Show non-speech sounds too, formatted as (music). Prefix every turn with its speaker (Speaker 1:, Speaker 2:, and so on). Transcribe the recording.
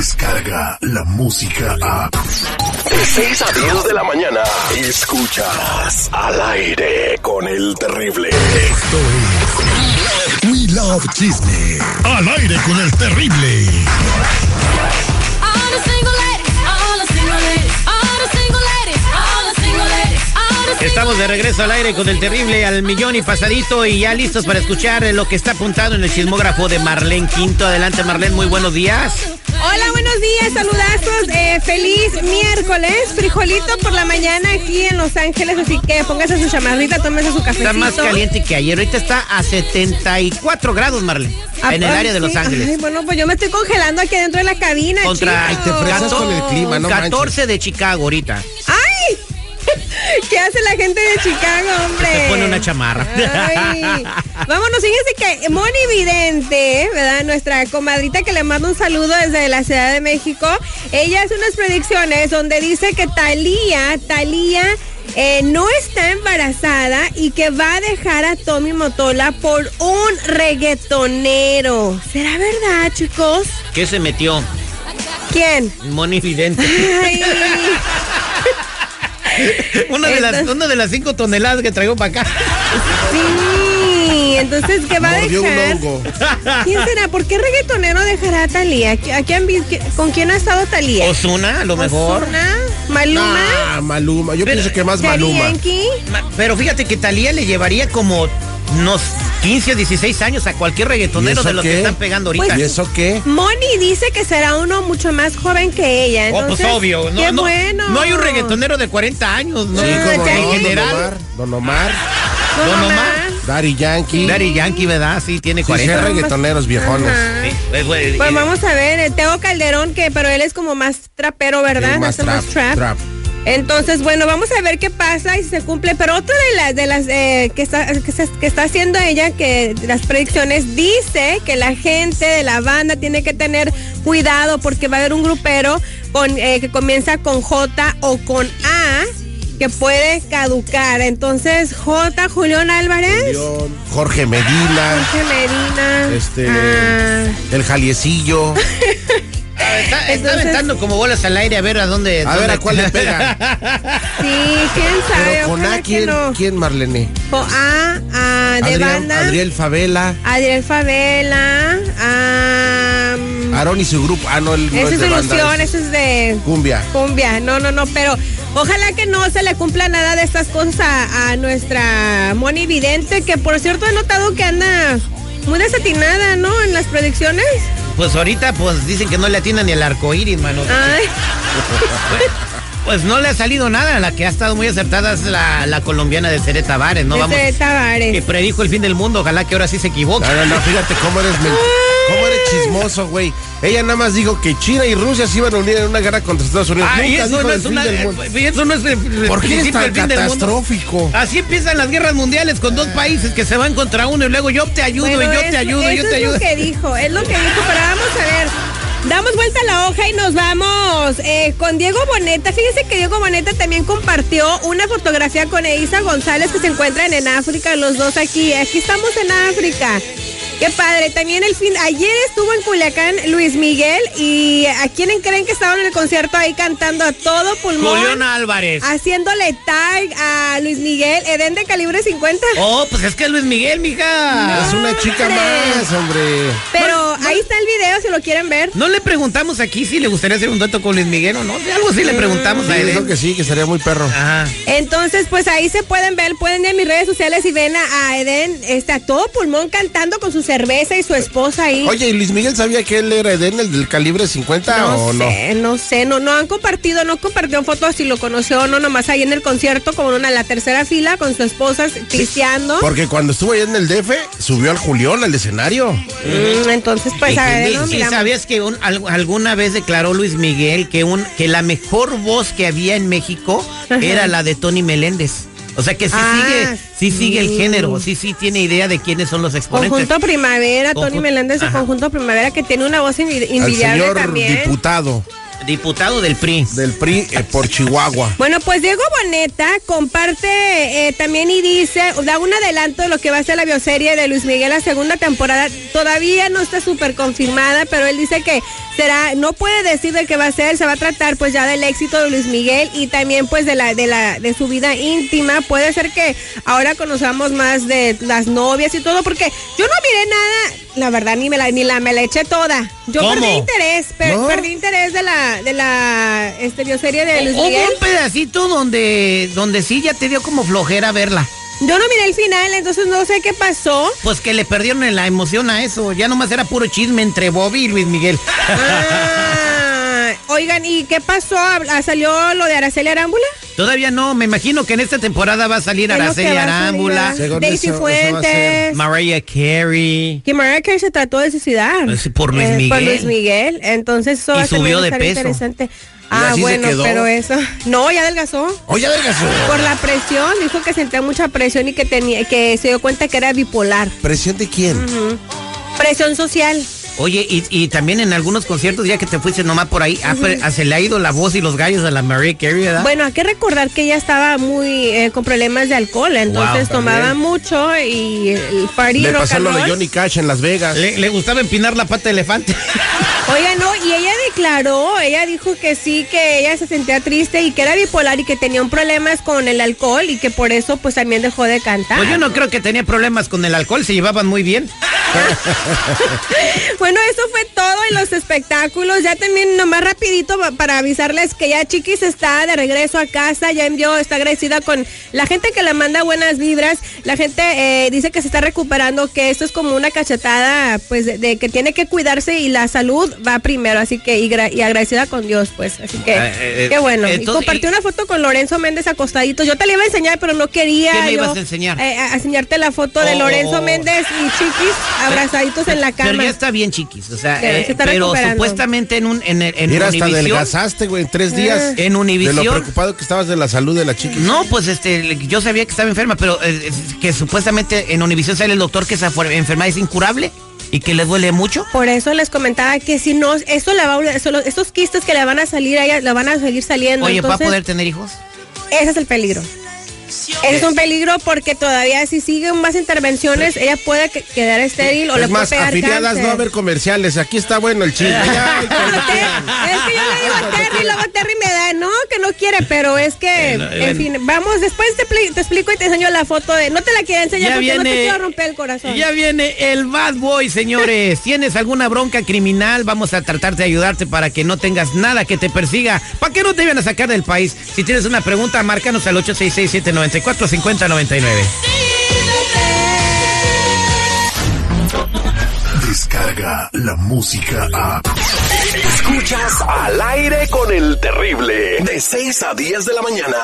Speaker 1: Escucha la música a.
Speaker 2: De 6 a 10 de la mañana. Escuchas al aire con el terrible.
Speaker 1: Esto es. We Love Disney. Al aire con el terrible.
Speaker 3: All the single ladies, all the single ladies, all the single ladies, all the single ladies, all the single
Speaker 4: Estamos de regreso al aire con el terrible al millón y pasadito y ya listos para escuchar lo que está apuntado en el sismógrafo de Marlene Quinto. Adelante Marlene, muy buenos días.
Speaker 5: Hola, buenos días, saludazos. eh, feliz miércoles, frijolito por la mañana aquí en Los Ángeles. Así que póngase su chamarrita, tómese su cafecito.
Speaker 4: Está más caliente que ayer, ahorita está a 74 grados Marlene,
Speaker 5: Ah,
Speaker 4: en el área de
Speaker 5: sí.
Speaker 4: Los
Speaker 5: Ay,
Speaker 4: Ángeles.
Speaker 5: bueno, pues yo me estoy congelando aquí dentro de la cabina.
Speaker 4: Contra
Speaker 5: chico.
Speaker 6: te fresas con el clima, no
Speaker 4: 14 de Chicago ahorita.
Speaker 5: ¡Ay! (laughs) ¿Qué hace la gente de Chicago, hombre?
Speaker 4: Se pone una chamarra.
Speaker 5: Ay. Vámonos, fíjense que Moni Vidente, ¿verdad? Nuestra comadrita que le mando un saludo desde la Ciudad de México. Ella hace unas predicciones donde dice que Talía, Talía no está embarazada y que va a dejar a Tommy Motola por un reggaetonero. ¿Será verdad, chicos?
Speaker 4: (laughs) ¿Qué se metió?
Speaker 5: ¿Quién?
Speaker 4: Moni Vidente.
Speaker 6: (laughs)
Speaker 5: Ay.
Speaker 4: Una de, las, una de las cinco toneladas que traigo para acá.
Speaker 5: Sí, entonces ¿qué va a
Speaker 6: Mordió un
Speaker 5: dejar?
Speaker 6: hongo.
Speaker 5: (laughs) ¿Quién será? ¿Por qué reggaetonero dejará a Talía? ¿A quién vi- ¿Con quién ha estado Talía?
Speaker 4: Ozuna, a lo mejor.
Speaker 5: ¿Ozuna? ¿Maluma?
Speaker 6: Ah, Maluma. Yo
Speaker 4: Pero-
Speaker 6: pienso que más
Speaker 5: ¿Daddy
Speaker 6: Maluma.
Speaker 5: Yankee?
Speaker 4: Ma- Pero fíjate que Talía le llevaría como unos 15 o 16 años a cualquier
Speaker 6: ¿Y
Speaker 4: reggaetonero
Speaker 6: eso
Speaker 4: de los
Speaker 6: qué?
Speaker 4: que están pegando ahorita.
Speaker 5: Pues-
Speaker 6: ¿Y eso qué?
Speaker 5: Moni dice que será uno mucho más joven que ella.
Speaker 4: Oh, pues
Speaker 5: Entonces,
Speaker 4: obvio, no,
Speaker 5: qué
Speaker 4: no,
Speaker 5: bueno.
Speaker 4: no hay un reggaetonero de 40 años, ¿no?
Speaker 6: Sí,
Speaker 5: Ah,
Speaker 6: como
Speaker 5: ya
Speaker 6: no,
Speaker 5: vi.
Speaker 4: en
Speaker 6: Don
Speaker 4: general.
Speaker 6: Omar, Don Omar,
Speaker 5: No,
Speaker 4: Don
Speaker 5: nomás.
Speaker 4: Omar.
Speaker 6: Daddy Yankee.
Speaker 4: Daddy Yankee, ¿verdad? Sí, tiene
Speaker 6: Sí, sí,
Speaker 4: 40.
Speaker 6: reggaetoneros viejones.
Speaker 5: Ajá.
Speaker 4: Sí, pues, pues,
Speaker 5: Pues
Speaker 4: eh,
Speaker 5: vamos a ver, eh, Teo Calderón, que pero él es como más trapero, ¿verdad?
Speaker 6: Sí, más
Speaker 5: Hace
Speaker 6: trap, trap.
Speaker 5: Entonces, bueno, vamos a ver qué pasa y si se cumple. Pero otra de las de las eh, que está que, se- que está haciendo ella, que las predicciones dice que la gente de la banda tiene que tener cuidado porque va a haber un grupero con eh, que comienza con J o con A que puede caducar. Entonces, J Julián Álvarez,
Speaker 6: León, Jorge Medina,
Speaker 5: Jorge Medina,
Speaker 6: este,
Speaker 5: ah,
Speaker 6: el Jaliecillo.
Speaker 4: Está, está
Speaker 5: Entonces-
Speaker 4: aventando como bolas al aire a ver a dónde.
Speaker 6: A ver
Speaker 4: dónde-
Speaker 6: a cuál le pegan.
Speaker 5: Ah, sí, quién sabe.
Speaker 6: Pero con
Speaker 5: Ojalá
Speaker 6: A,
Speaker 5: que
Speaker 6: ¿quién,
Speaker 5: no.
Speaker 6: quién, Marlene?
Speaker 5: O A, a de
Speaker 6: Adrián,
Speaker 5: banda.
Speaker 6: Adriel Favela,
Speaker 5: Adriel Favela. A,
Speaker 6: Aaron y su grupo. Ah, no, él no
Speaker 5: eso
Speaker 6: es
Speaker 5: es
Speaker 6: de banda,
Speaker 5: ilusión,
Speaker 6: es
Speaker 5: eso es de
Speaker 6: Cumbia.
Speaker 5: cumbia. No, no, no, pero ojalá que no se le cumpla nada de estas cosas a, a nuestra Moni Vidente, que por cierto he notado que anda muy desatinada, ¿no? En las predicciones.
Speaker 4: (laughs) Pues ahorita, pues dicen que no le atinan ni el arco iris, mano.
Speaker 6: Ah.
Speaker 5: Ay,
Speaker 4: Pues no le ha salido nada. La que ha estado muy acertada es la, la colombiana de Cere Tavares, ¿no? Vamos.
Speaker 5: ese
Speaker 4: Que
Speaker 5: este, Tavares.
Speaker 4: predijo el fin del mundo. Ojalá que ahora sí se equivoque.
Speaker 6: No, no, no, fíjate cómo eres, men- cómo eres chismoso, güey. Ella nada más dijo que China y Rusia se iban a unir en una guerra contra Estados Unidos.
Speaker 4: Ay,
Speaker 6: Nunca
Speaker 4: Ah, eso
Speaker 6: dijo
Speaker 4: no
Speaker 6: del
Speaker 4: es
Speaker 6: fin
Speaker 4: una.
Speaker 6: del
Speaker 5: pues,
Speaker 6: mundo.
Speaker 4: eh, Eso no es el, el
Speaker 6: ¿Por qué es
Speaker 4: principio
Speaker 6: tan
Speaker 4: del fin del mundo.
Speaker 6: catastrófico?
Speaker 4: Así empiezan las guerras mundiales con dos países que se van contra uno y luego yo te ayudo
Speaker 5: Bueno,
Speaker 4: y yo
Speaker 5: es-
Speaker 4: te ayudo y yo te
Speaker 5: eso es
Speaker 4: ayudo.
Speaker 5: lo que dijo, es lo que dijo, pero vamos a ver. Damos vuelta a la hoja y nos vamos eh, con Diego Boneta. Fíjense que Diego Boneta también compartió una fotografía con Eisa González que se encuentran en África, los dos aquí. Aquí estamos en África. Qué padre. También el fin, ayer estuvo en Culiacán Luis Miguel y a quién creen que estaban en el concierto ahí cantando a todo pulmón.
Speaker 4: Julián Álvarez.
Speaker 5: Haciéndole tag a Luis Miguel, Edén de calibre 50.
Speaker 4: Oh, pues es que es Luis Miguel, mija.
Speaker 6: Es una chica
Speaker 5: hombre.
Speaker 6: más, hombre.
Speaker 5: Pero ahí está el video si lo quieren ver.
Speaker 4: No le preguntamos aquí si le gustaría hacer un dueto con Luis Miguel o no. De algo sí le preguntamos a
Speaker 6: Sí, dijo
Speaker 4: él. ¿eh?
Speaker 6: que sí, que estaría muy perro.
Speaker 4: Ajá.
Speaker 5: Entonces, pues ahí se pueden ver, pueden ir a mis redes sociales y ven a, a Eden, este, a todo pulmón cantando con su cerveza y su esposa ahí.
Speaker 6: Oye, ¿y Luis Miguel sabía que él era Edén, el del calibre 50
Speaker 5: no
Speaker 6: o no?
Speaker 5: sé, no? sé, no, no han compartido, no compartió fotos si lo conoció o no, nomás ahí en el concierto como una la tercera fila con su esposa pisteando.
Speaker 6: Porque cuando estuvo allá en el DF, subió al Julián al escenario.
Speaker 5: Mm, entonces, pues a
Speaker 4: Y-
Speaker 5: ver,
Speaker 4: y-
Speaker 5: ¿no?
Speaker 4: y
Speaker 5: Miramos.
Speaker 4: sabías que un- al- alguna vez declaró Luis Miguel que un que la mejor voz que había en México
Speaker 5: Ajá.
Speaker 4: era la de Tony Meléndez. O sea que sí
Speaker 5: Ah,
Speaker 4: sigue, sí sigue el
Speaker 5: sí.
Speaker 4: género, sí sí tiene idea de quiénes son los exponentes.
Speaker 5: Conjunto Primavera, Tony
Speaker 4: Conjun-
Speaker 5: Meléndez, su
Speaker 4: Ajá.
Speaker 5: Conjunto Primavera, que tiene una voz envi-
Speaker 6: Al
Speaker 5: envidiable
Speaker 6: señor
Speaker 5: también.
Speaker 6: diputado.
Speaker 4: diputado del PRI.
Speaker 6: del PRI eh, por Chihuahua.
Speaker 5: Bueno, pues Diego Boneta comparte eh, también y dice, da un adelanto de lo que va a ser la bioserie de Luis Miguel, la segunda temporada. Todavía no está súper confirmada, pero él dice que será, no puede decir de qué va a ser, se va a tratar pues ya del éxito de Luis Miguel y también pues de la, de la, de su vida íntima. Puede ser que ahora conozcamos más de las novias y todo, porque yo no miré nada, la verdad, ni me la, ni la me la eché toda. Yo
Speaker 4: ¿Cómo?
Speaker 5: perdí interés, per-
Speaker 6: ¿No?
Speaker 5: perdí interés de la, de la este bioserie de Luis
Speaker 4: Hubo
Speaker 5: Miguel.
Speaker 4: un pedacito donde, donde sí ya te dio como flojera verla.
Speaker 5: Yo no miré el final, entonces no sé qué pasó.
Speaker 4: Pues que le perdieron la emoción a eso. Ya nomás era puro chisme entre Bobby y Luis
Speaker 5: (laughs)
Speaker 4: Miguel.
Speaker 5: Ah, (laughs) oigan, ¿y qué pasó? Ah, ¿Salió lo de Araceli Arámbula?
Speaker 4: Todavía no, me imagino que en esta temporada va a salir
Speaker 5: Es lo
Speaker 4: Araceli
Speaker 5: que va a salir,
Speaker 4: Arámbula,
Speaker 5: ¿verdad?
Speaker 6: Según
Speaker 5: Daisy
Speaker 6: eso, eso va a ser.
Speaker 5: Fuentes.
Speaker 4: Mariah Carey.
Speaker 5: Que Mariah Carey se trató de suicidar. Eh,
Speaker 4: Pues, por Luis
Speaker 5: Por
Speaker 4: Miguel.
Speaker 5: Luis Miguel. Entonces eso
Speaker 4: Y
Speaker 5: va a ser
Speaker 4: subió
Speaker 5: bien
Speaker 4: de
Speaker 5: estar
Speaker 4: peso.
Speaker 5: interesante. Ah,
Speaker 6: así se
Speaker 5: bueno,
Speaker 6: quedó.
Speaker 5: pero eso. (laughs) No, ya adelgazó.
Speaker 6: Oye, adelgazó.
Speaker 5: Por la presión, dijo que sentía mucha presión y que tenía, que se dio cuenta que era bipolar.
Speaker 6: ¿Presión de quién?
Speaker 5: Mm, Presión social.
Speaker 4: Oye, y, y también en algunos conciertos, ya que te fuiste nomás por ahí, ha per- ha- se le ha ido la voz y los gallos a la Mariah Carey, ¿verdad?
Speaker 5: Bueno, hay que recordar que ella estaba muy eh, con problemas de alcohol, entonces
Speaker 4: Wow,
Speaker 5: tomaba mucho y el party
Speaker 6: Le
Speaker 5: rock
Speaker 6: pasó
Speaker 5: and
Speaker 6: lo de
Speaker 5: roll.
Speaker 6: Johnny Cash en Las Vegas.
Speaker 4: le, le gustaba empinar la pata de elefante.
Speaker 5: Ah. Oiga, no, y ella declaró, ella dijo que sí, que ella se sentía triste y que era bipolar y que tenía un problemas con el alcohol y que por eso pues también dejó de cantar.
Speaker 4: Pues yo no creo que tenía problemas con el alcohol, se llevaban muy bien.
Speaker 5: Ah, Bueno, eso fue todo en los espectáculos. Ya también nomás rapidito pa- para avisarles que ya Chiquis está de regreso a casa, ya envió, está agradecida con la gente que le manda buenas vibras. La gente eh, dice que se está recuperando, que esto es como una cachetada, pues de, de que tiene que cuidarse y la salud va primero, así que y, gra- y agradecida con Dios, pues. Así que
Speaker 4: Ah, eh,
Speaker 5: qué bueno. y
Speaker 4: entonces-
Speaker 5: compartí
Speaker 4: y-
Speaker 5: una foto con Lorenzo Méndez acostadito. Yo te la iba a enseñar, pero no quería.
Speaker 4: ¿Qué me
Speaker 5: yo,
Speaker 4: ibas a enseñar?
Speaker 5: eh, a- a enseñarte la foto de
Speaker 4: Oh.
Speaker 5: Lorenzo Méndez y Chiquis abrazaditos en la cama.
Speaker 4: Pero ya está bien, chiquis. O sea,
Speaker 5: Sí, se
Speaker 4: eh,
Speaker 5: está
Speaker 4: pero
Speaker 5: recuperando.
Speaker 4: supuestamente en un en, el- en
Speaker 6: Mira, hasta
Speaker 4: Univisión-
Speaker 6: adelgazaste, güey, en tres
Speaker 5: Eh.
Speaker 6: días.
Speaker 4: En Univisión.
Speaker 6: De lo preocupado que estabas de la salud de la chica.
Speaker 4: No, pues este, le- yo sabía que estaba enferma, pero eh, es que supuestamente en Univision sale el doctor que esa fuer- enfermedad es incurable y que le duele mucho.
Speaker 5: Por eso les comentaba que si no, esto le va a, eso lo- estos quistes que le van a salir a ella, le van a seguir saliendo.
Speaker 4: Oye, ¿va a
Speaker 5: entonces,
Speaker 4: poder tener hijos?
Speaker 5: Ese es el peligro. Ese es un peligro porque todavía si siguen más intervenciones, ella puede que- quedar estéril o le
Speaker 6: Es
Speaker 5: puede
Speaker 6: más,
Speaker 5: pegar
Speaker 6: afiliadas
Speaker 5: cáncer.
Speaker 6: no va a
Speaker 5: (laughs)
Speaker 6: haber comerciales. Aquí está bueno el chisme. Ya, ay,
Speaker 5: Bueno,
Speaker 6: cuando
Speaker 5: Ter-
Speaker 6: quieran.
Speaker 5: es que yo le digo a Terry, luego Terry me da, no, que no quiere, pero es que,
Speaker 4: Eh, no, eh,
Speaker 5: en fin, vamos, después te, pli- te explico y te enseño la foto de, no te la quiero enseñar porque no te quiero romper el corazón.
Speaker 4: ya viene el bad boy,
Speaker 5: (laughs)
Speaker 4: señores. ¿Tienes alguna bronca criminal? Vamos a tratar de ayudarte para que no tengas nada que te persiga, para que no te vayan a sacar del país. Si tienes una pregunta, márcanos al 866-794-5099.
Speaker 1: Descarga la música a.
Speaker 2: Escuchas al aire con el terrible de 6 a 10 de la mañana.